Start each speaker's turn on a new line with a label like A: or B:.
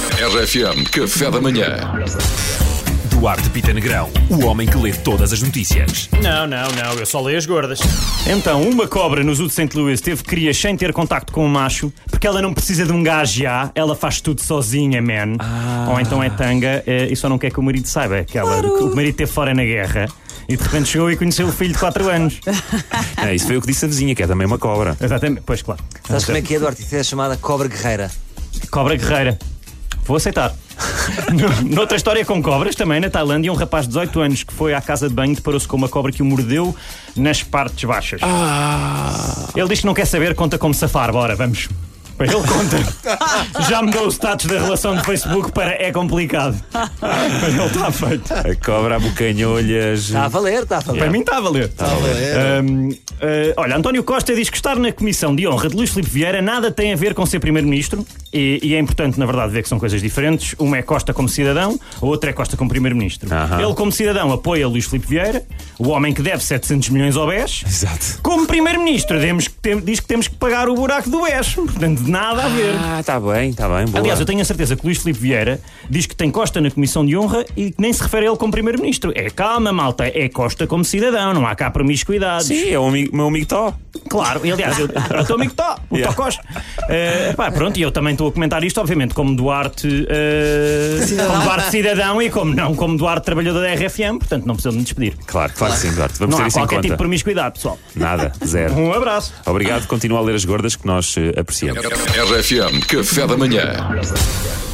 A: RFM Café da Manhã.
B: Duarte Pita Negrão, o homem que lê todas as notícias.
C: Não, não, não, eu só leio as gordas. Então, uma cobra no Zoo de St. Louis teve crias sem ter contacto com o macho, porque ela não precisa de um gajo já, ela faz tudo sozinha, man. Ou então é tanga eh, e só não quer que o marido saiba que ela, que o marido teve fora na guerra e de repente chegou e conheceu o filho de 4 anos.
B: É, isso foi o que disse a vizinha, que é também uma cobra.
C: Exatamente, pois claro.
D: Sabes como é que é, Duarte? Isso é chamada cobra guerreira.
C: Cobra guerreira. Vou aceitar. No- Noutra história com cobras, também na Tailândia, um rapaz de 18 anos que foi à casa de banho deparou-se com uma cobra que o mordeu nas partes baixas. Ele diz que não quer saber, conta como safar. Bora, vamos. Ele conta. Já mudou o status da relação de Facebook para é complicado. Mas ele está feito.
B: A cobra abocanholhas.
C: Tá.
D: Está a valer, está a valer.
C: Para mim está a valer. Ahm, ah, olha, António Costa diz que estar na comissão de honra de Luís Filipe Vieira nada tem a ver com ser primeiro-ministro e, e é importante, na verdade, ver que são coisas diferentes. Uma é Costa como cidadão, a outra é Costa como primeiro-ministro.
B: Aham.
C: Ele, como cidadão, apoia Luís Filipe Vieira, o homem que deve 700 milhões ao BES.
B: Exato.
C: Como primeiro-ministro, temos que tem- diz que temos que pagar o buraco do BES. Portanto, nada a ver.
B: Ah, está bem, está bem, boa.
C: Aliás, eu tenho a certeza que Luís Filipe Vieira diz que tem Costa na Comissão de Honra e que nem se refere a ele como Primeiro-Ministro. É calma, malta, é Costa como cidadão, não há cá promiscuidades.
B: Sim, é o amigo- meu amigo Tó.
C: Claro, e aliás, eu, eu teu amigo Tó, o
B: Yeah.
C: Tó Costa. Eh, pá, pronto, e eu também estou a comentar isto, obviamente, como Duarte, eh, como Duarte cidadão e como não, como Duarte trabalhador da RFM, portanto não precisam de me despedir.
B: Claro, claro que sim, Duarte. Vamos
C: não
B: ter
C: há
B: isso em
C: qualquer tipo de
B: conta.
C: promiscuidade, pessoal.
B: Nada, zero.
C: Um abraço.
B: Obrigado, continua a ler as gordas que nós eh, apreciamos.
A: RFM Café da Manhã.